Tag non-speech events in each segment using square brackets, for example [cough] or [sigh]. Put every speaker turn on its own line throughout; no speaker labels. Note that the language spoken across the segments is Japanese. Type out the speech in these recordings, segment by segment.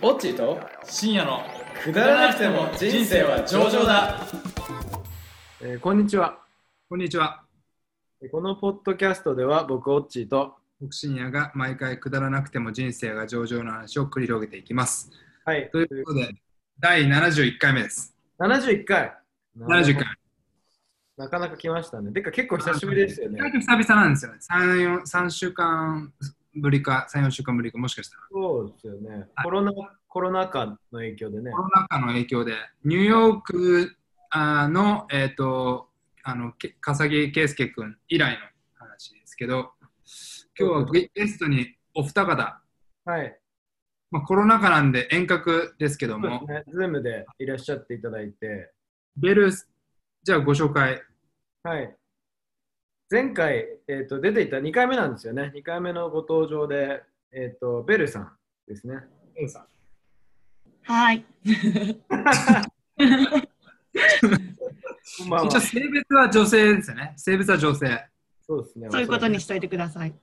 オッチーと
深夜の
くだらなくても人生は上々だ
えーこんにちは。
こんにちは
えーこのポッドキャストでは僕、オッチーと、
僕深夜が毎回くだらなくても人生が上々の話を繰り広げていきます
はい、
ということで第71回目です
71回。
71回
なかなか来ましたね。てか結構久しぶりですよ
意
ね。
外と久々なんですよね 3, 4 3週間ぶりか34週間ぶりかもしかしたら
そうですよね。コロナ、コロナ禍の影響でね
コ。ロナ禍の影響でニューヨークあのえっ、とあのけ笠木圭介君以来の話ですけど今日はゲゲストにお二方
はい。
まあ、コロナ禍なんで遠隔ですけど
そうで
も
す、ね。ズームでいらっしゃっていただいて、
ベルス、じゃあご紹介、
はい。前回、えー、と出ていた2回目なんですよね。2回目のご登場で、えー、とベルさんですね。
ベルさん
はい。
こんばんは
一応性別は女性ですよね、性別は女性。
そうですね。
そういうことにしといてください。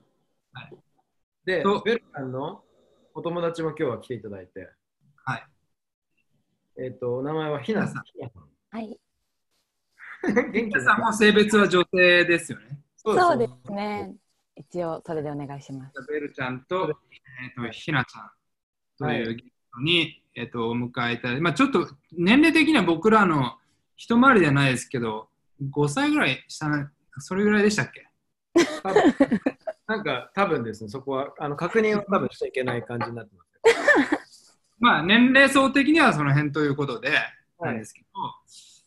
で
と、
ベルさんのお友達も今日は来ていただいて、
はい。
えっ、と、お名前はひなさん。
はい、
元気
皆
な
さんも性別は女性ですよね。
そ
そうですね。一応それでお願いします。
ベルちゃんと、えー、とひなちゃんというゲストに、えー、とお迎えいただいて、まあ、ちょっと年齢的には僕らの一回りではないですけど、5歳ぐらい下な、それぐらいでしたっけ
多分なんか、多分ですね、そこは、あの確認は多分しちゃいけない感じになってます。
まあ、年齢層的にはその辺ということで、なんですけど、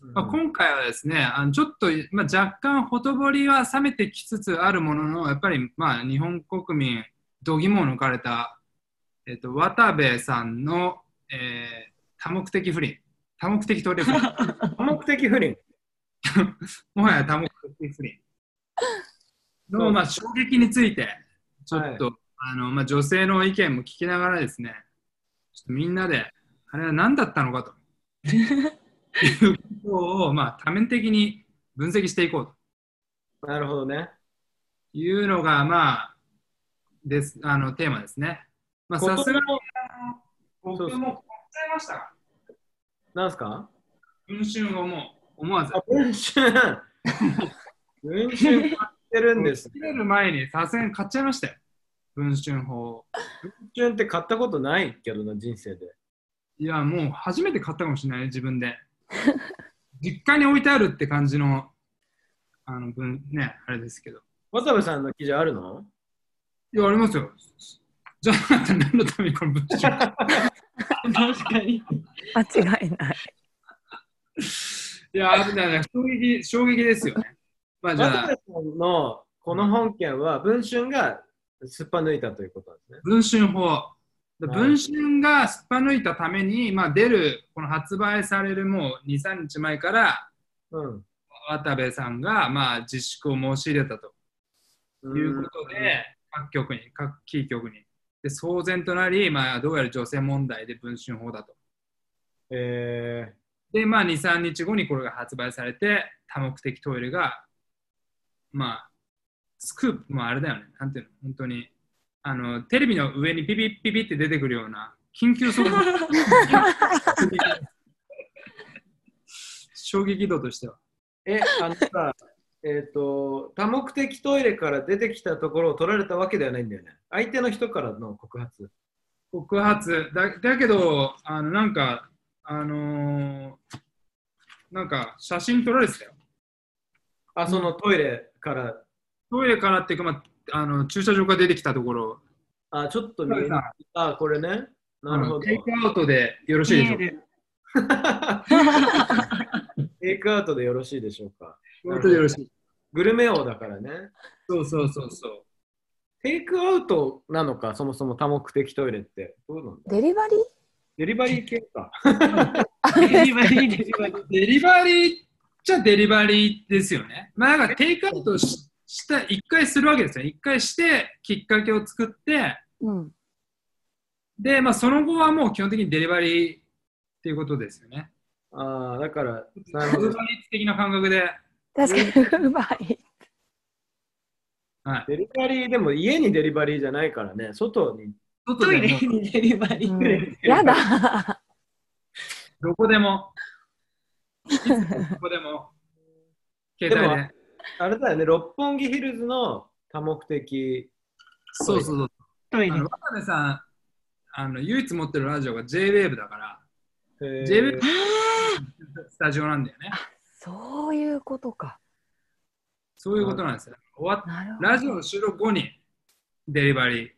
うん
まあ、今回はですね、あのちょっと、まあ、若干ほとぼりは冷めてきつつあるものの、やっぱり、まあ、日本国民、度肝を抜かれた、えっと渡部さんの、えー多目的不倫、多目的トイレ不倫、
多目的不倫。
もはや多目的不倫の、まあ、衝撃について、ちょっと、あのまあ、女性の意見も聞きながらですね、ちょっとみんなで、あれは何だったのかと。
[laughs]
いうことを、まあ、多面的に分析していこうと。
なるほどね。
いうのが、まあ、ですあのテーマですね。まあ、
ここ
さすがに
そう
僕
そう
も買っちゃいましたから。
なんすか
文春をもう思わず
あ、。文春文春買ってるんです。
切れる前にさすがに買っちゃいましたよ。文春法を。
文春って買ったことないけどな、人生で。
いや、もう初めて買ったかもしれない、自分で。実家に置いてあるって感じの、あの、文ね、あれですけど。
渡部さんの記事あるの
いや、ありますよ。じゃあ、何のためにこの文春
確かに。
間違いない。
いや、だから衝撃、衝撃ですよね。まあ、じゃ
渡部
あ
さ、んのこの本件は、文春がすっぱ抜いたということなんですね。
文春法。で
はい
文春がすっぱ抜いたために、まあ、出る、この発売されるもう2、3日前から、
うん。
渡部さんが、まあ、自粛を申し入れたと
うん
いうことで、各局に、各キー局に。で、騒然となり、まあ、どうやら女性問題で文春法だと。
え
で、まあ、2、3日後にこれが発売されて、多目的トイレが、まあ、スクープ、まあ、あれだよね、なんていうの、本当に、あの、テレビの上にピピッピピって出てくるような、緊急速報。衝撃度としては。
ー、え、あのさ、 [laughs] えっ、と、多目的トイレから出てきたところを取られたわけではないんだよね。相手の人からの告発。
告発だだけど、あのなんか、あのーなんか写真撮られてたよ。
あ、そのトイレから、
トイレからっていうか、まあ、あの駐車場から出てきたところ、
あ、ちょっと見えない。あ、これね。なるほど。
テ
テ
イクアウトでよろしいでしょうか。
る。
イクアウトでよろしいでしょうか。
テイクアウトでよろしい。
グルメ王だからね。
そうそうそうそう。
テイクアウトなのか、そもそも多目的トイレって。どうなんだ
デリバリー
デリバリー系か。
デリバリー、デリバリー。
デリバリーっちゃデリバリーですよね。まあ、なんかテイクアウトしした、一回するわけですよ。一回して、きっかけを作って、
うん。
で、まあ、その後はもう基本的にデリバリーっていうことですよね。
ああ、だから、な
ウ
る
ー
ほ
バーイ
ど
[laughs] ー。ツ的な感覚で。
確かに、うまい。
はい。
デリバリーでも家にデリバリーじゃないからね、外に
外
トイ
で
レ
も
にデリバリーくれる。
やだ。
どこでも、いつどこでも、携帯
で
で
も。あれだよね、六本木ヒルズの多目的。
そうそうそう。
ト
あ
イレ
の。渡部さんあの、唯一持ってるラジオが JWAVE だから、
えー
JWAVE スタジオなんだよね。
そういうことか。
そういうことなんですよ。終わっ
なるほど。
ラジオの収録後にデリバリー。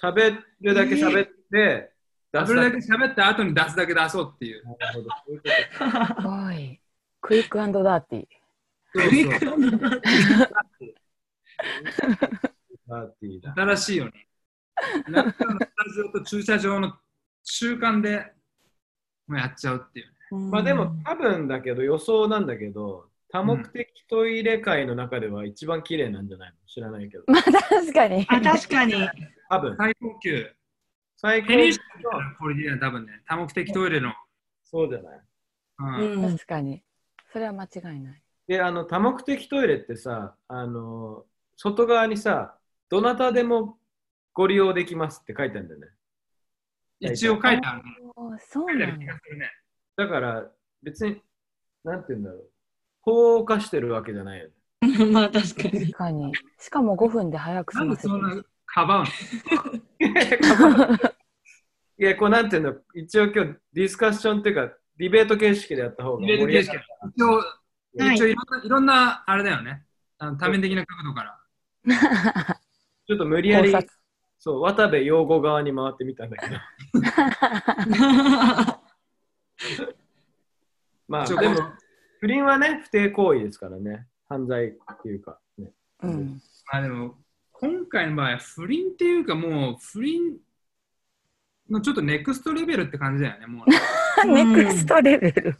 喋るだけ喋って、
ダブルだけ喋った後に出すだけ出そうっていう。
なるほどそういうこと
すごい。クイックダーティー。
そうそう
パーティーだ。
新しいよね。ラジオのスタジオと駐車場の中間でもうやっちゃうっていうね。
うん
まあでも多分だけど予想なんだけど多目的トイレ界の中では一番綺麗なんじゃないの知らないけど
まあ確かに。
あ、確かに。
多分
最高級。
最高
ペニ
の
ーションみたいなクオリティだよ、多分ね。多目的トイレの。
そうじゃない
うん
うん。
確かに。それは間違いない。
であの多目的トイレってさあの外側にさどなたでもご利用できますって書いてあるんだよね
一応書いてあるね。
おーそう
書いてあ
な
る
ん
気
だ
が。するね。
だから別になんて言うんだろう法を犯してるわけじゃないよね
[laughs] まあ、確かに
確。かに。しかも5分で早く
な
済
ん
ま
で
せて
そん
る。
なかばうの [laughs]
いやこうなんて言うんだろう一応今日ディスカッションっていうかディベート形式でやった方が
入
盛
れ
り
る
上
形
が
式
る
一応、
はい
一応いろんな、いろんなあれだよね。あの多面的な角度から。
ちょっと無理やり
考察
そう渡部陽子側に回ってみたんだけどまあ
一
で
応
も不倫はね不貞行為ですからね犯罪っていうか、ね、
[laughs] うん。
まあでも、今回の場合、不倫っていうか、もう不倫のちょっとネクストレベルって感じだよね、もうね。
うん
[laughs] ネクストレベル。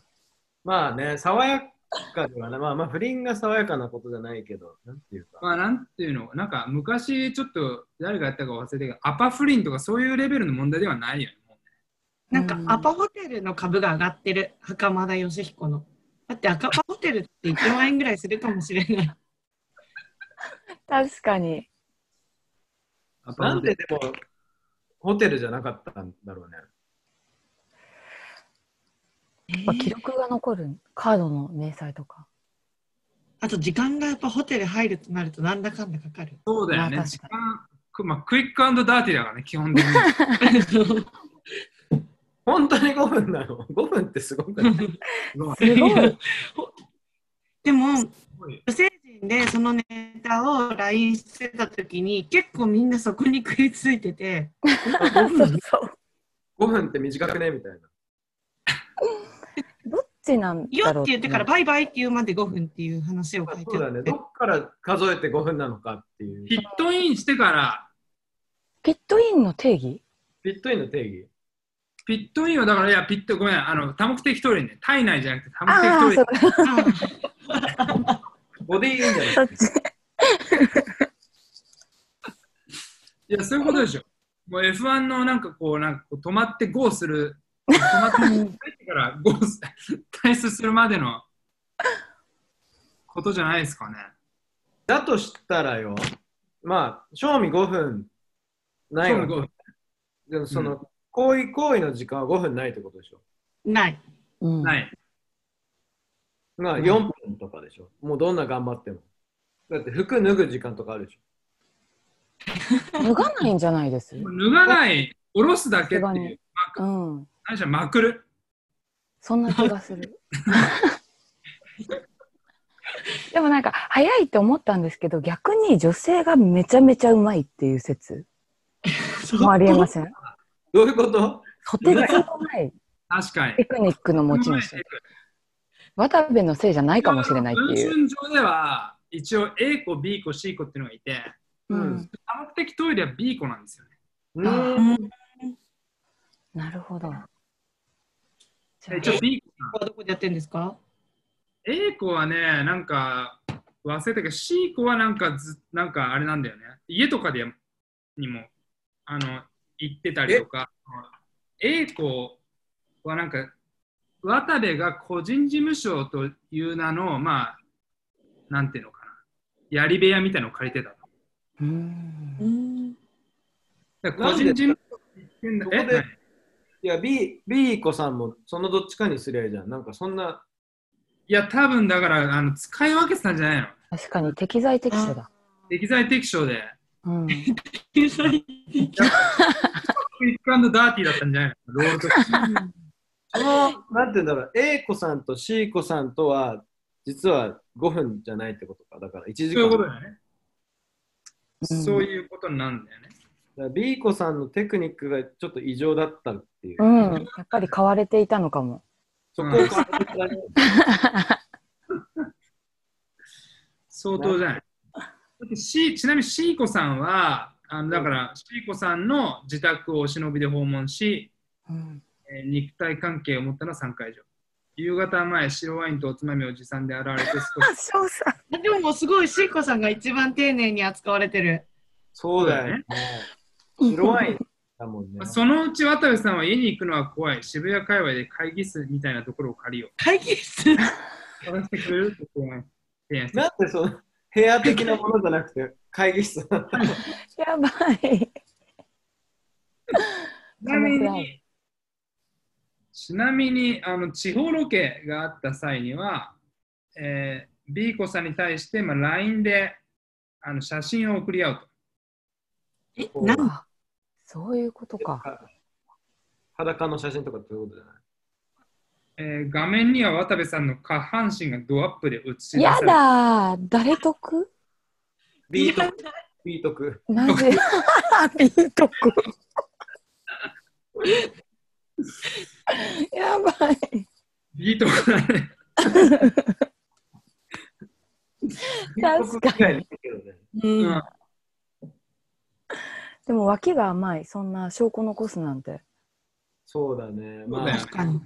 まあね爽やかではねまあまあ不倫が爽やかなことじゃないけどなんていうか
まあなんていうの、なんか昔ちょっと誰がやったか忘れたけど、アパ不倫とかそういうレベルの問題ではないよね。も
なんか
う、ん
アパホテルの株が上がってる。袴田義彦の。だって、アパホテルって1万円ぐらいするかもしれない。
確かに。
うアパ
なん
不
で
倫
でもホテルじゃなかったんだろうね
やっぱ記録が残る。カードの明細と [laughs] か。
あと、時間がやっぱホテル入るとなると、なんだかんだかかる。
そうだよ
ま
ね。
あ
時
確か
間くまあ、クイックダーティーだからね、基本的に。
本当に5分なの [laughs] 5分ってすごくない
すごい。
でも、
ごい
女性陣でそのネタを LINE してたときに、結構みんなそこに食いついてて、
[laughs] そうそ
5
う。
分って短くねみたいな
どっちなん
いいよ
だろ
っ
う
て言ってからバイバイって言うまで5分っていう話を書い
そ
て
うだ
あ
ね
っ
ど
て、
っから数えて5分なのかっていう
ヒットインしてから、
ピットインの定義
ピットインの定義
ピットインはだから、いや、ピット、ごめん、あの、多目的トイレね、体内じゃなくて多目的
あ
ト
あ、
イ
そ
レ
う。か。
ボディーインじゃない
そっち。
いや、そういうことでしょ。もう F1 のなんかこう、なんかこう止まってゴーする、止まって入ってからゴーす、退出するまでのことじゃないですかね。
だとしたらよ、まあ、賞味5分ない
今日
わ
もゴー。
でもその、
う
行為行為の時間は5分ないってことでしょ。
ない。
うん。
ない。
まあ、
うん
4分とかでしょ。もうどんな頑張っても。だって服脱ぐ時間とかあるでしょ。
脱がないんじゃないです。
もう脱がない、下ろすだけって
さすが
いう
に。うん。
何しろまくる。
そんな気がする。 [laughs] でもなんか早いって思ったんですけど逆に女性がめちゃめちゃうまいっていう [laughs] 説もありえません。
どういうこと
とてつもない
確かに。
テクニックの持ち主。渡部のせいじゃないかもしれないっていう。
文春上では、一応 A 子、B 子、C 子っていうのがいて、
うん、
多目的トイレは B 子なんですよね。
う
あ
ーん。
なるほど。じゃ
一応 B 子
ここはどこでやってんですか
A 子はね、なんか忘れたけど、C 子はなんかず、なんかあれなんだよね。家とかでにもあの行ってたりとか、A 子はなんか、渡部が個人事務所という名の、まあ、なんていうのかな、やり部屋みたいなのを借りてたの。
あうん
うん。
だか
な
ら
ん
個
で
人事務所
こ
え
でいや、B、B 子さんもそのどっちかにすりゃいいじゃん。なんかそんな、
いや、多分だから、あの使い分けてたんじゃないの
確かに適材適所だ。
適材適所で、
うん。
天才
クイックアンドダーティーだったんじゃないのロールとか。
その、なんて言うんだろう、A 子さんと C 子さんとは、実は5分じゃないってことか。だから1時
そうい
間。
うことだよね。
うん
そういうことになるんだよね。
だから B 子さんのテクニックがちょっと異常だったっていう。
うん。やっぱり買われていたのかも。
そこを
う
変
ん
えて
相当じゃない。だって C ちなみに C 子さんは、あのだから C 子さんの自宅をお忍びで訪問し、
うん。
えー肉体関係を持ったのは3回以上。夕方前、白ワインとおつまみを持参で現れて少し。
翔さん。
でももうすごいシーコさんが一番丁寧に扱われてる。
そうだよね。白ワインだもんね
まあ。そのうち渡部さんは家に行くのは怖い。渋谷界隈で会議室みたいなところを借りよう。
会議室
探してくれるって提案提案して。
なんでその部屋的なものじゃなくて会議室なの
やばい。
ちなみ
そのくら
に、ちなみにあの地方ロケがあった際には、えー、B 子さんに対して、まあ、LINE であの写真を送り合うと。
え、なん
あそういうことか。
裸の写真とかってことじゃない
えー画面には渡部さんの下半身がドアップで映し出
や
され
だー誰得
ビート、ビートク。
なぜビートク [laughs] やばい。
いいとこだね。
確かに。
うん
うん
でも脇が甘い。そんな証拠残すなんて。
そうだね。ま
そうだ
あ
よ、
確かに。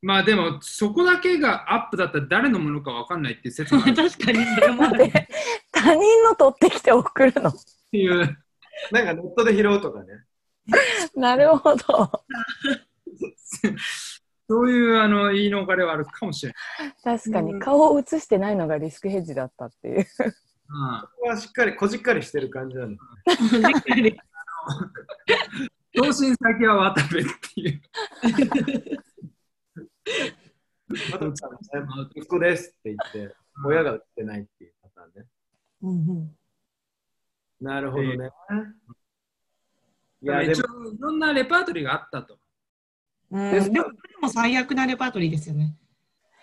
まあでも、そこだけがアップだったら誰のものかわかんないっていう説もあるっ
確かにそれもある。
他人の取ってきて送るの。
ていう。
なんかネットで拾うとかね。
なるほど。
そういうあの言い逃れはあるかもしれない。
確か
うん
に顔を映してないのがリスクヘッジだったっていう。
うん
[laughs] ここはしっかり、こじっかりしてる感じなの。
送信先は渡部っていう。
またさんね息子ですって言って、親が売ってないっていうパターンね。
うんうん
なるほどね。い
だか
や、
ら
で
一
も、
応いろんなレパートリーがあったと。
うん
で
ですも、でも最悪なレパートリーですよね。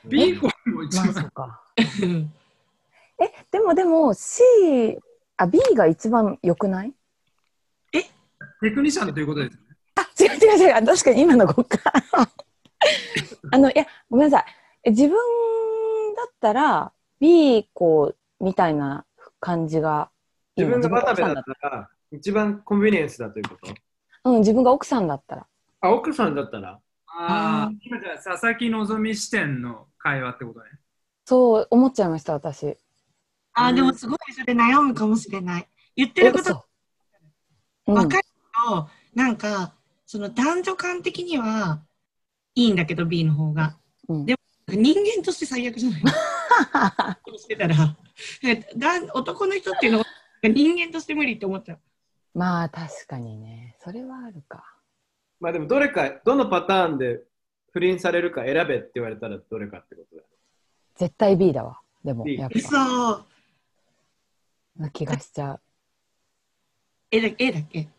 B コンも一
まあ
番、
そうか。
うん
え、でもでも C、あ、B が一番良くない
テクニシャンということですよね。
あ、違う違う違う。確か [laughs] に今の誤解。あの、いや、ごめんなさい。え自分だったら B こうみたいな感じがいい
自
の。
分が渡部だ
自分が奥さん
っ
だった
ら、一番コンビニエンスだということ
たら。うん、自分が奥さんだったら。
あ、奥さんだったら
ああ、今じゃあ佐々木希視点の会話ってことね。
そう思っちゃいました、私。
あーでもすごいそれ悩むかもしれない。言ってること
え
が
そう
分かると、なんかその男女間的にはいいんだけど B の方が
うんうん
で人間として最悪じゃないそうしてたらえだ男の人っていうのは人間として無理って思っちゃう。
まあ確かにね。それはあるか。
まあでも、どれか、どのパターンで不倫されるか選べって言われたらどれかってことだよ。
絶対 B だわ。でも、
B
やっぱ。
そう
な気がしちゃう。
えだ A だっけ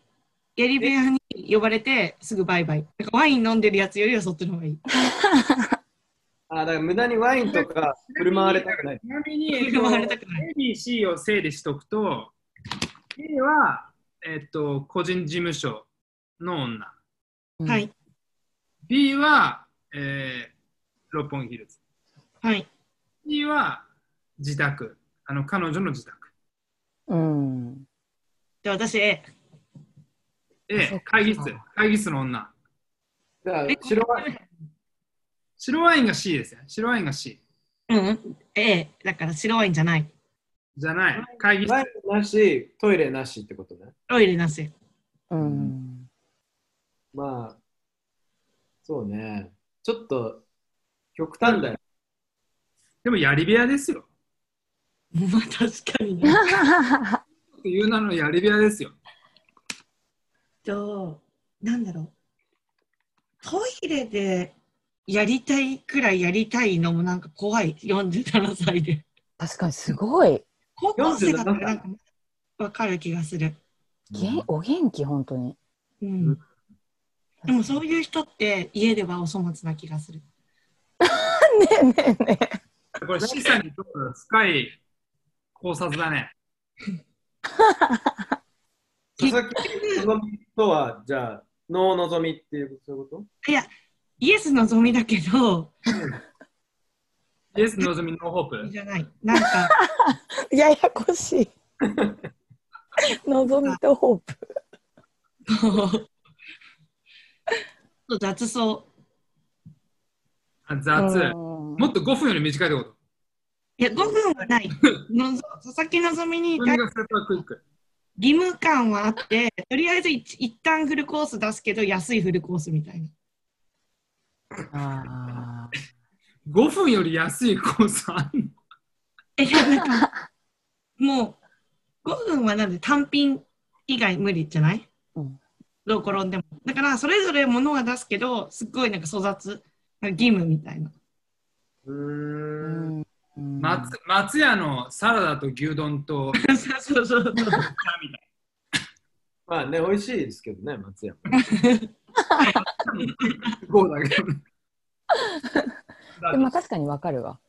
やり部屋に呼ばれてすぐバイバイ。なんかワイン飲んでるやつよりはそっちの方がいい。
あ、だから無駄にワインとか振る舞われたくない。
ちなみに、えっ
振る舞われたくない
と ABC を整理しておくと、A は、えっと、個人事務所の女。
うん
はい
B は、えー、六本木ヒルズ。
はい。
C は自宅。あの彼女の自宅。
うん。
で私 A。
そ
A
っ、か
会議室。会議室の女。
じゃあ、白ワイン、
白ワインが C ですね。白ワインが C。
うん、A だから白ワインじゃない。
じゃない。会議室
ワイ。ンなし、トイレなしってことね。
オイルなし。
[laughs] うん。
まあ、そうね。ちょっと、極端だよ。
でもやり部屋ですよ。
[laughs] まあ確かにね。
言うなのやり部屋ですよ。
と、なんだろう、トイレでやりたいくらいやりたいのもなんか怖い、47歳で。
確かにすごい。
高校生だったらなんかわかる気がする。
げん
うん
お元気、本当に。
うん、でもそういう人って家ではお粗末な気がする。
ねえねえねえ。
これ、資産にとっては深い考察だね。
佐々木のぞみとは、じゃあ、ののぞみっていうそういうこ
いや、イエスのぞみだけど、
イエス、のぞみ、ノーホープ。
じゃない。なんか、
ややこし [laughs] い。のぞみとホープ。
[laughs] こう雑草。
あ雑。
うん
もっと5分より短いってこと。
いや、5分はない。のぞ佐々木のぞみに
それがスーパークイック。
義務感はあって、とりあえず一一旦フルコース出すけど、安いフルコースみたいな。
あー
5分より安いコースあんの
え、いや、なんか、もう、5分はなんで単品以外無理じゃない、
うん
どう転んでも。だから、それぞれものは出すけど、すっごいなんか粗雑、なんか義務みたいな。
とう
う
ーん。
んうん
松松屋のサラダと牛丼と、
そうそうそう。
まあね、美味しいですけどね、松山。
5だ [laughs] けどね。
でも確かにわかるわ。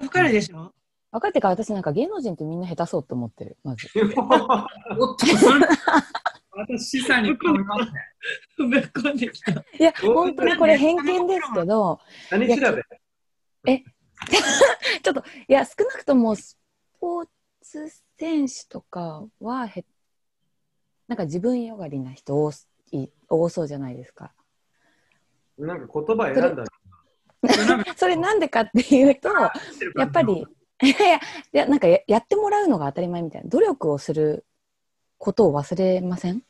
わかるでしょ
わかるってか、私なんか芸能人ってみんな下手そうって思ってる、まず。
おっと、そ [laughs] れ、私、資産に込みますね。
ぶっこんできた。
いや、本当にこれ偏見ですけど、
[laughs] 何調べ
ちょっと、いや、少なくともスポーツ選手とかはへ、なんか自分よがりな人多すい多そうじゃないですか。
なんか言葉選んだ。
それなんでかっていうと、やっぱり、いやいやいや、なんかややってもらうのが当たり前みたいな、努力をすることを忘れません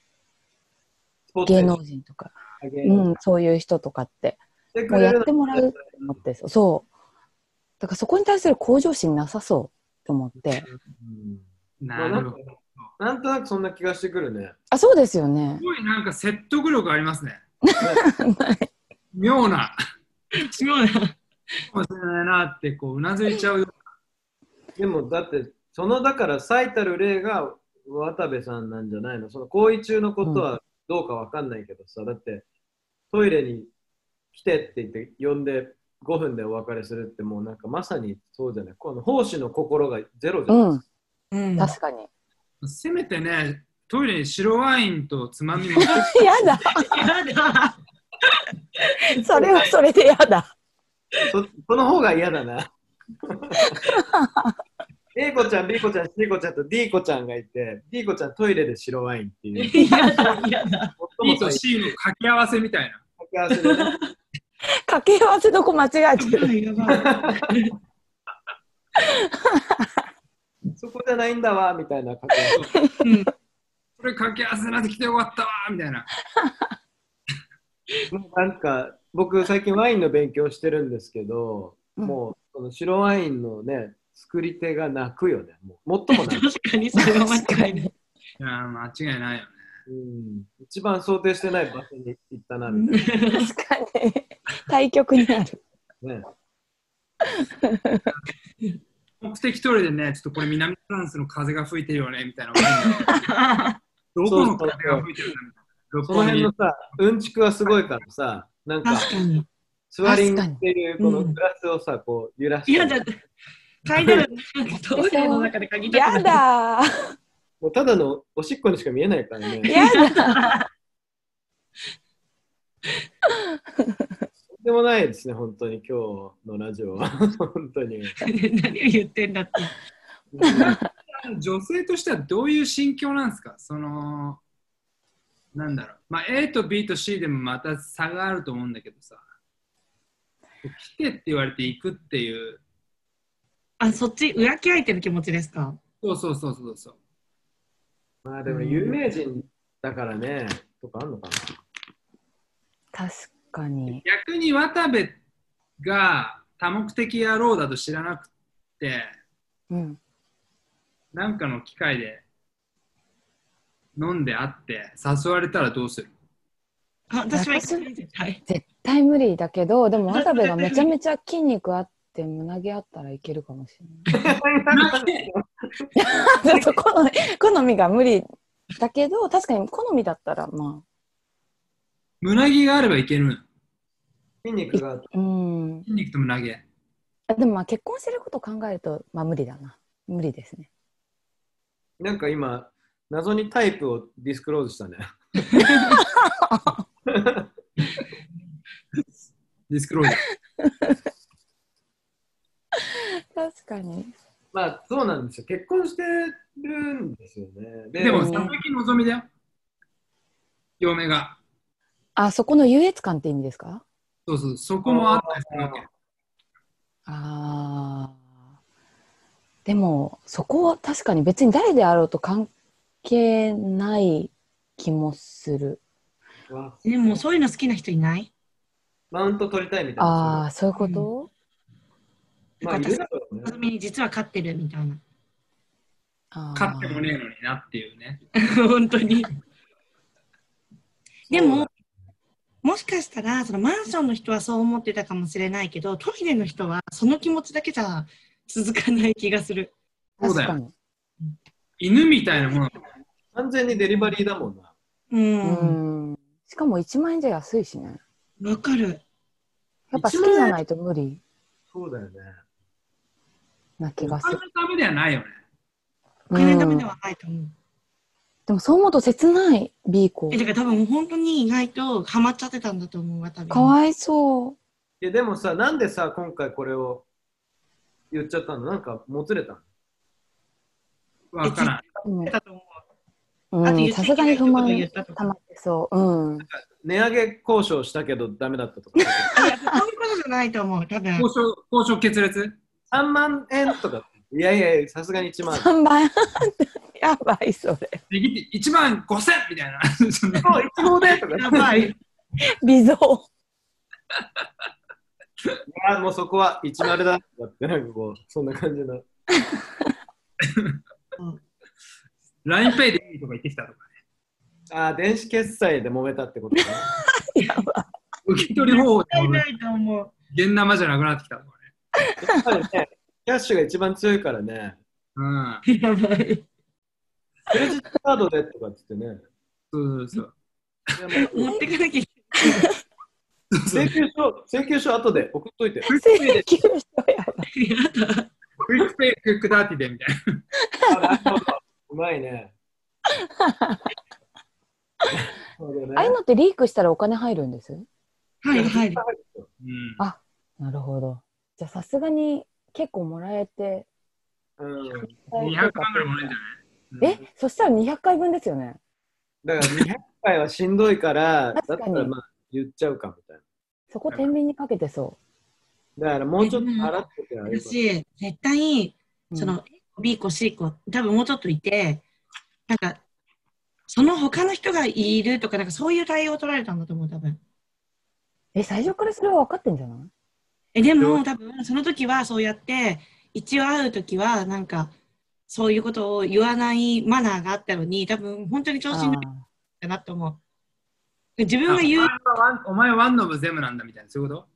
スポーツ
芸
選
能人とか、
手芸
う
能
ん、そういう人とかって。
して
も
く
う
れ
や
るの
ってもらうと思って、そう。だからそこに対する向上心なさそうと思って。
うんま
な
あな
る
ん
ほ
か
ど。す
なんとなくそんな気がしてくるね。
あ、そうですよ
[laughs]
ね。
ごいなんか説得力ありますね。妙な、
すごいな。
かもしれないなって、こう、うなずいちゃうよ。
でもだって、そのだから最たる例が渡部さんなんじゃないのその行為中のことはどうかわかんないけどさ、だってトイレに来てって言って呼んで5分でお別れするってもうなんかまさにそうじゃないこの奉仕の心がゼロじゃない、
うん、
うん
確かに。
せめてね、トイレに白ワインとつ
[laughs]
まみ持ってき
やだ。
やだ。
それはそれでやだ。
そその方が嫌だな。A 子ちゃん、B 子ちゃん、C 子ちゃんと D 子ちゃんがいて、D 子ちゃんトイレで白ワインっていう、
やだ、やだ。
最も最
B と C の掛け合わせみたいな。
悪な幸せでね
掛け合わせどこ間違えてる。
やばい。
そこじゃないんだわ、みたいな感じ。
うん
これ掛け合わせなんて来てよかったわみたいな。
もうなんか僕最近ワインの勉強してるんですけど、
うん
もうその白ワインのね作り手が泣くよねもう最も泣く、
確かにそれは間
確か
違いない。
に。
いやー、間違いないよね。
うん、一番想定してない場所に行ったなみ
確かに。対局になる。
たいなね
目的トイレでね、ちょっとこれ南フランスの風が吹いてるよねみたいな。
[laughs]
どこの風が吹いてるんだみ
そ
たい
の
な。六本
辺
木
のさうんちくはすごいからさなんか
確かに。
スワリングっていうこの
うん
グラスをさこう揺らして
やだ。階段なんかトイレの中で鍵たくな
や
い。
だ。
もうただのおしっこにしか見えないからね
やだ。
とんでもないですね本当に今日のラジオは [laughs] 本当に、
何を言ってんだって。
女性としてはどういう心境なんですかそのなんだろう、まあ、A と B と C でもまた差があると思うんだけどさ来てって言われて行くっていう
あ、そっち浮気相手の気持ちですか。
そうそうそうそうそう
まあでも有名人だからねとかあんのかな
確かに。
逆に渡部が多目的野郎だと知らなくて
うん。
なんかの機会で飲んで会って誘われたらどうする
あ私は行かない絶対。
絶対無理だけど、でも渡部がめちゃめちゃ筋肉あって、胸毛あったらいけるかもしれない。ちょっと好み好みが無理だけど、確かに好みだったら、ま
胸毛があればいけるのよ
筋肉があって
あ、うん。
筋肉と胸毛。
あでもまあ結婚してることを考えると、まあ無理だな。無理ですね。
なんか今、謎にタイプをディスクローズしたね。
ディスクロール。
確かに。
[laughs] まあ、そうなんですよ。結婚してるんですよね。で
でも、
うん
佐々木希だよ。嫁が。
あ、そこの優越感って意味ですか
そうそう、そこもあったりするわけ。
ああ。でも、そこは確かに別に誰であろうと関係ない気もする。
わ
ね、もうそういうの好きな人いない
マウント取りたいみたい
あ
な。
あ、そういうこと、
まあ、いるだろうね
初。めに実は勝ってるみたいな。
あー
勝ってもねえのになっていうね。
本当に。でも、もしかしたら、そのマンションの人はそう思ってたかもしれないけど、トイレの人はその気持ちだけじゃ続かない気がする。
そうだ
確か
よ。
に。
犬みたいなもの。
完全にデリバリーだもんな。
う。
うんん。しかも1万円じゃ安いしね。
わかる。
やっぱ好きじゃないと無理
そうだよね。
な気が
お
す
金
る
の。ためではないよね。
お金のため
うん
ではないと思う。
でもそう思うと切ない B 子
え、。だから多分本当に意外とハマっちゃってたんだと思う、渡部。
かわいそう。
いや、でもさ、なんでさ、今回これを言っちゃったのなんか、もつれたの
わからん。
うん
いだと思う。
う
あと言っ
ん
て
さすがに不
いけな
満
いこと言ったと
溜
か。
まってそう。うん。
値上げ交渉したけどダメだったと [laughs] か。
あいやそういうことじゃないと思う、多分。
交渉、交渉決裂
3万円とか。いやいやいや、さすがに1万円。そ
3番。 [laughs] やばい、それ。
握って1万5千みたいな。 [laughs] そんな
う、一望でとか。い [laughs]
やばい。
微増。
や、もうそこは10だとかって、なんかこう、そんな感じの。
LINEPay でいいとか言ってきたとか。
ああ、電子決済で揉めたってことね。
やば
受け取り方法で
絶対ないと思う。
現生じゃなくなってきたとかね。
やっぱりね、キャッシュが一番強いからね、
うん。
やばい。
クレジットカードでとかっつってね、
そうそう
でも
持ってかなきゃいけ
そう。
請求書、請求書後で送っといて。
い。請求書やばい。
ない。やだ。
クイックペイ、クイックダーティでみたい
あな
な。
るほどうまいね。そうだね
ああいうのってリークしたらお金入るんです
入る入る。
うん
あなるほど。じゃあさすがに結構もらえて。
うん。
200万ぐらいもらえるんじゃない
え、そしたら200回分ですよね。
だから200回はしんどいから、だっ
確
た
かに
らまあ言っちゃうかみたい
そこ天秤にかけてそ
な。だからもうちょっと払っておけばよかっ
私、絶対、
う。
その、B 子、C 子、多分もうちょっといて、なんか、その他の人がいるとか、なんかそういう対応を取られたんだと思う、多分。
え、最初からそれは分かってんじゃない
え、で
ど
も、多分、その時はそうやって、一応会う時は、なんか、そういうことを言わないマナーがあったのに、多分、本当に調子に乗って
あ
たなと思う。自分が言う
お前はワンお前はワンノブゼムなんだみたいな、そういうこと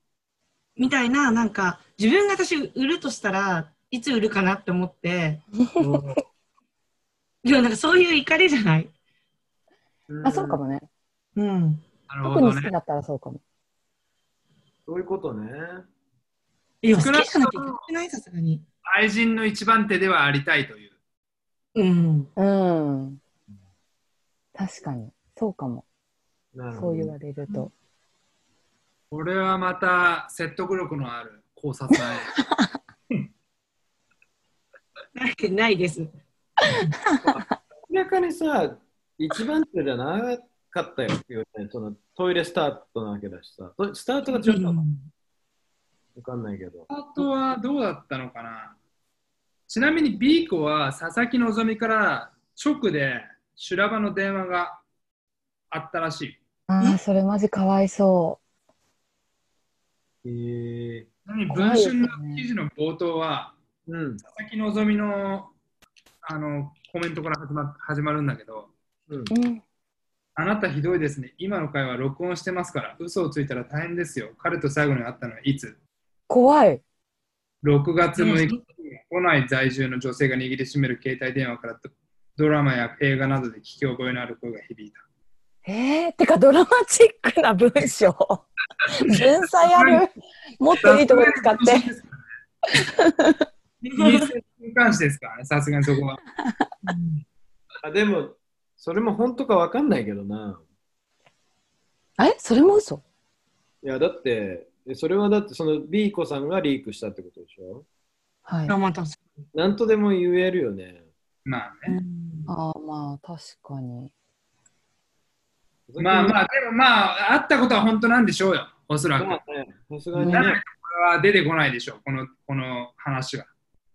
みたいな、なんか、自分が私売るとしたら、いつ売るかなって思って、 [laughs] でもなんかそういう怒りじゃない。
た。
ーあ、そうかもね。
うん。
なるほ
特に
ど
好き
ね。
だったらそうかも。
そういうことね。
いや、好
少な
き
く
じ
と
ゃ
も
なきゃいけない、さすがに。
愛人の一番手ではありたいという。
うん。
うん。確かに。そうかも。
なる
そ
ほ
う言
ど
わ。れると。
これはまた説得力のある考察
[laughs]
だね。
ないないです。
明らかにさ、一番手じゃなかったよっていうね、そのトイレスタートなわけだしさ、トスタートが違ったのわかんないけど。
あとはどうだったのかなちなみに B 子は佐々木希から直で修羅場の電話があったらしい。
ああ、それマジかわいそ
へえ
ちなみに
怖
文
いです
春
ね
の記事の冒頭は、
うん。
佐々木希のあのコメントから始ま始まるんだけど、
うん
う。うん。
あなたひどいですね。今の会話録音してますから、嘘をついたら大変ですよ。彼と最後に会ったのはいつ
怖い。
6月6
ね
日、都内在住の女性が握りしめる携帯電話からドドラマや映画などで聞き覚えのある声が響いた。
えー、てかドラマチックな文章。文才ある。もっといいところ使
[laughs]
って。
イギリスに関してですからね、さすがにそこは。
あでも、それも本当かわかんないけどな。
え、それも嘘
いや、だって、えそれはだって、その B 子さんがリークしたってことでしょ
はい。
あまた
なんとでも言えるよね。
まあね。
ああ、まあ、確かに。
まあまあ、でもまあ、会ったことは本当なんでしょうよ、おそらく。
ま
こ
あね、さすがに
れ
ね、
は出てこないでしょう、このこの話は。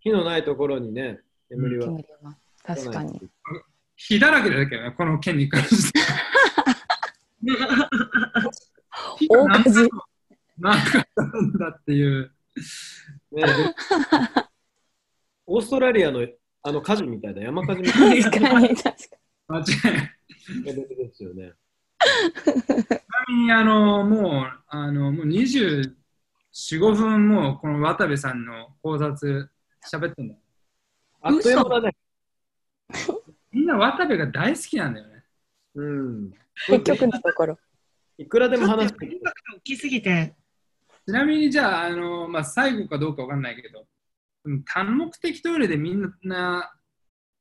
火のないところにね、煙は。
煙は確かに。。
火だらけだけどね、この件に関して。火が
大
何
火事。
なんかあったんだっていう。
ね、オーストラリアのあの火事みたいな、山火
[laughs]
事みたい
確かに、確か
間違いない。
なレベルですよね。
ちなみにあのもうあのもう24、5分もうこの渡部さんの考察喋ってんだよ。
あっという間だね。
みんな渡部が大好きなんだよね。
うん。
に。結局のところ。
いくらでも
だっ
話
て
して
イン
る。
パクト大きすぎて、
ちなみにじゃああのまあ最後かどうかわかんないけど、うん単目的トイレでみんな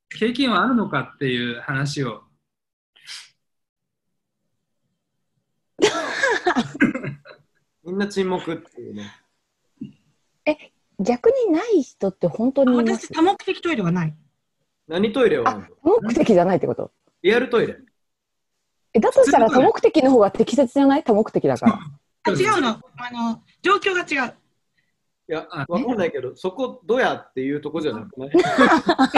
経験はあるのかっていう話を。
みんな沈黙っていうね。
逆にない人って本当にいま
私
す。
多目的トイレはない。
何トイレはあるの
あ、多目的じゃないってこと
リアルトイレ。
え、だとしたら多目的の方が適切じゃない多目的だから。
あ違うの、あの状況が違う。
いや、
あ
わかんないけど、そこどやっていうとこじゃな [laughs] くない
ちな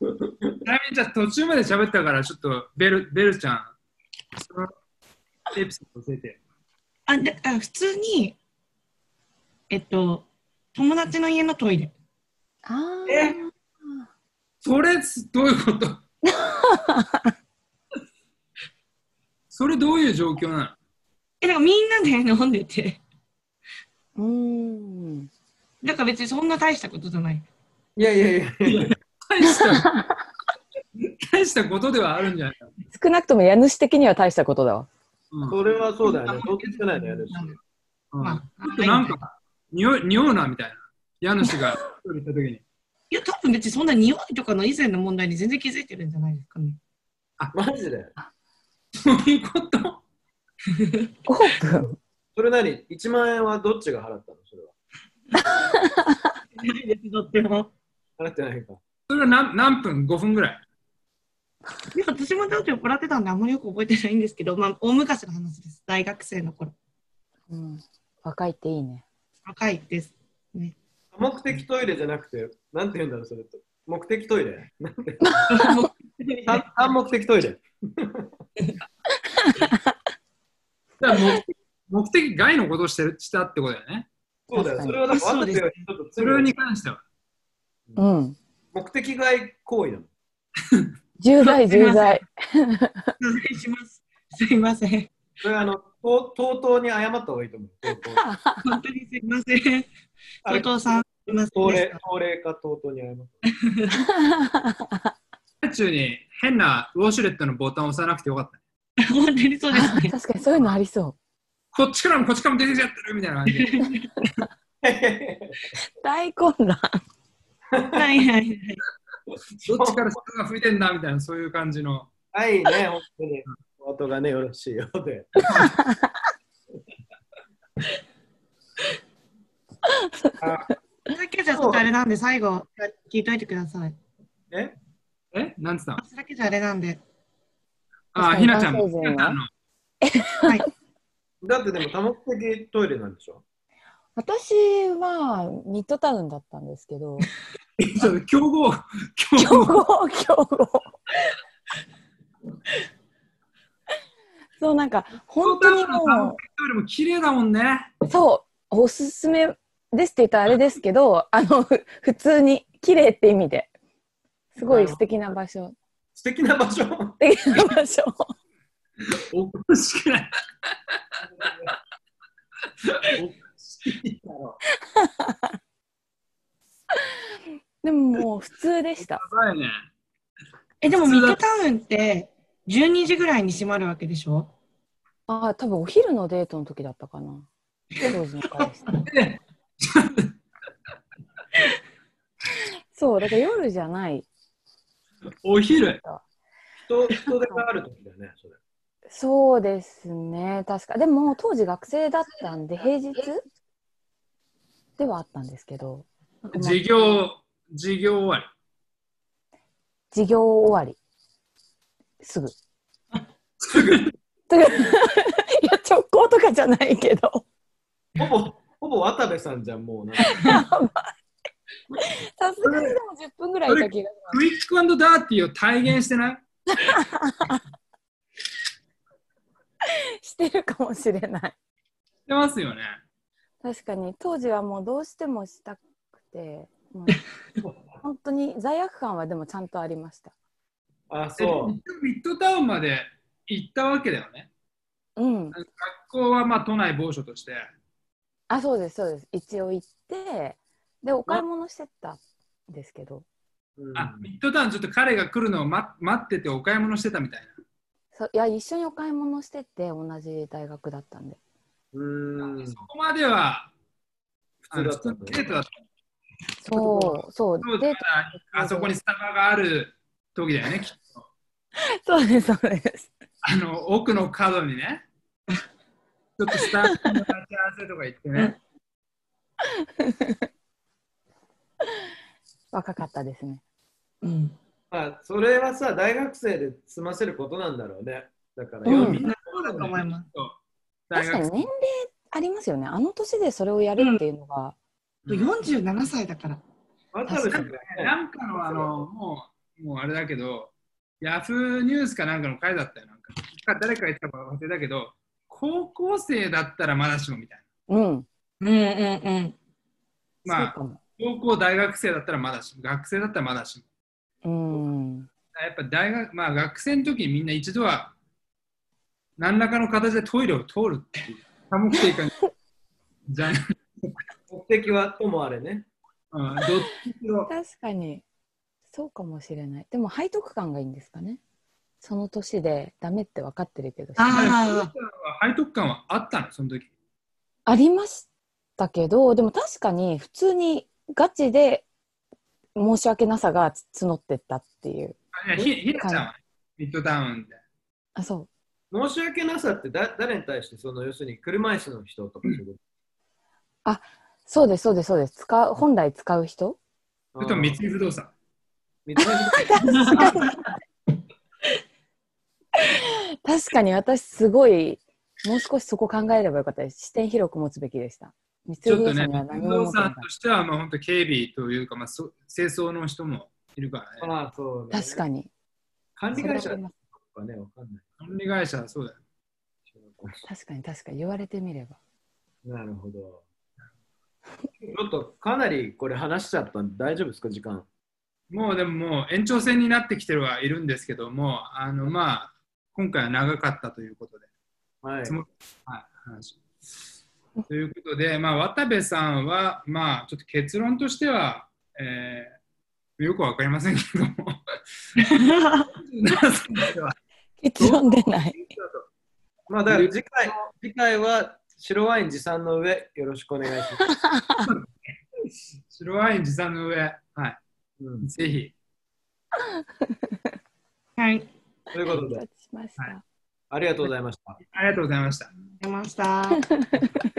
みにじゃあ途中まで喋ったからちょっとベルベルちゃん、そのエピソード教えてよ。
あであ普通に、えっと、友達の家のトイレ。
ああ。
えそれどういうこと [laughs] それどういう状況なの
えなんかみんなで飲んでて、
うーん。
だから別にそんな大したことじゃない。
いやいやいやいや、
大した、大したことではあるんじゃないか。
少なくとも家主的には大したことだわ。
うん
それはそうだよね。どうしてないのやるし。
うん
まあ
ちょっとなんか、匂い匂うなみたいな。家主が一人行った時 [laughs] に。
いや、多分別にそんな匂いとかの以前の問題に全然気づいてるんじゃないですかね。
マジで
そういうこと
オープン。
それ何 ?1 万円はどっちが払ったのそれは。
ないです、どっちも。
払ってないか。
それは何何分 ?5 分ぐらい。
いや、私もちょっと酔っ払ってたんで、あんまりよく覚えてないんですけど、まあ、大昔の話です。大学生の頃。
うん。若いっていいね。
若いです。
多目的トイレじゃなくて、なんて言うんだろう、それと。目的トイレ。なんて単単目的トイレ。
だから目的 [laughs] 目的外のことをしてるしたってことだよね。
そうだよ。それはだから、
そ
わざ
うです
とよりちょっと
そ
罪
れ
に
に関しては。
うん。
目的外行為なの。
重大、重大。
お願いします。すいません。
それはあの、ととうとうに謝った方がいいと思う。とうとう
本当にすいません。
あ
お
れ
父さん、すいません
高
でし
齢
た。
高齢化とうとうに謝 [laughs] った。
最中に変なウォシュレットのボタンを押さなくてよかった。
本当にそうですね。
[laughs] 確かにそういうのありそう。
こっちからもこっちからも出てきちゃってるみたいな感じで。
大混乱。
はいはいはい。
どっちから人が吹いてんだみたいな、そういう感じの。
[laughs]
はいね、本当に。音がね、よろしいようで。
それだけじゃちょっとあれなんで、最後、聞いといてください。
え
えなんつったの
それだけじゃあれなんで。
あ、ひなちゃんも。
男性
ひな
陣は
ちゃんの。
はい。
だってでも多目的トイレなんでしょ
私はミッドタウンだったんですけど、
ちょっと競合、競
競
合。
合、競合。そう、なんか、本当にも
よりも綺麗だもんね。
う、そう、おすすめですって言ったらあれですけど、あの、ふ普通に、綺麗って意味で、すごい素敵な場所。
素敵な場所
素敵な場所。
おかしくない。おかしいだろ。
[laughs] でももう普通でした。
やばいね。
え、でも
普
ミ
通だ
ッドタウンって12時ぐらいに閉まるわけでしょ
ああ、多分お昼のデートの時だったかな。当時の彼氏と
[laughs]
[laughs] そう、だから夜じゃない。
お昼。
[laughs]
人人手がある時だよね、それ。
そうですね、確か。でも当時学生だったんで、平日ではあったんですけど。なんかまあ
授業、授業終わり。
授業終わり。すぐ。
すぐ
[laughs] といういや、直行とかじゃないけど。
ほぼ、ほぼ渡部さんじゃん、もうなんか。
さすがにでも10分ぐらいいた気がし
クイックダーティーを体現してない
ますしてるかもしれない。
してますよね。
確かに当時はもうどうしてもしたくて、もう本当に罪悪感はでもちゃんとありました。
あ、
え
そう。
ミッドタウンまで行ったわけだよね。
うん。
学校はまあ都内某所として。
あ、そうです、そうです。一応行って、で、お買い物してたんですけど、
うん
あ、ミッドタウンちょっと彼が来るのを待待っててお買い物してたみたいな。
そういや、一緒にお買い物してて、同じ大学だったんで。
うーん
そ。こまでは
普通だった
あの
ん
普
だ
通のデートだった
そう、そう。
だ
で
か、らあそこにスタバがある時だよね、きっと。
[laughs] そうです、そうです。
あの奥の角
[laughs]
にね、ちょっとスタッフの待ち合わせとか行ってね、
若かったですね。
うん。
まあ、それはさ、大学生で済ませることなんだろうね。だから、
うん
みんな
そうだと思います。
そう大
確かに
学
年齢ありますよね。あの年でそれをやるっていうのが、
47歳だから。
渡部さんが
なんかのあのもう、もうあれだけど、ヤフーニュースかなんかの回だったよ、なんか。誰か言ってたか忘れたけど、高校生だったらまだしもみたい
うん、
うんうんうん。
な。まあ
そ、うかも。
高校、大学生だったらまだしも、学生だったらまだしも。
うん、
やっぱ大学、まあ学生の時にみんな一度は、何らかの形でトイレを通るっていう、多目的感じゃない。
目的はともあれね。
うん、どっちにしろ
確かにそうかもしれないでも背徳感がいいんですかねその年でダメって分かってるけど
ああ、
背徳感はあったの、その時。
ありましたけどでも確かに普通にガチで申し訳なさが募ってったっていう
あいやひひなちゃんはねミッドタウンで。
あそう
申し訳なさってだ誰に対して、その要するに車椅子の人とかそういうこ
そうですそうですそうです使う本来使う人
そ
と。
れとも三井不動産。
三つ
確かに私すごいもう少しそこ考えればよかったです視点広く持つべきでした三井
ちょ
不
っと
動
ね、
産
三
には
井
何
不
も
動
持ってな
産
かっ
としては、まあ本当警備というか、まあそ清掃の人もいるからね。
ああ、そう、
た確か
に。
に
管理会社
それはあ
とか
ります
ね、わかんない。
管理会社はそうだよ。
確かに確かに言われてみれば
なるほど。ちょっとかなりこれ話しちゃったんで大丈夫ですか、時間。
もうでももう延長戦になってきてるはいるんですけども、あのまあ、今回は長かったということで。
はい。
つもはい、話。ということで、まあ、渡部さんは、まあ、ちょっと結論としては、えーよくわかりませんけども、27歳では
結論出ない
まあだから次回、次回は白ワイン持参の上、よろしくお願いします。
白ワイン持参の上、は
うん
い、ぜひ、
はい。
ということで、
承知しました
は
ありがとうございました。
ありがとうございました。
出ました。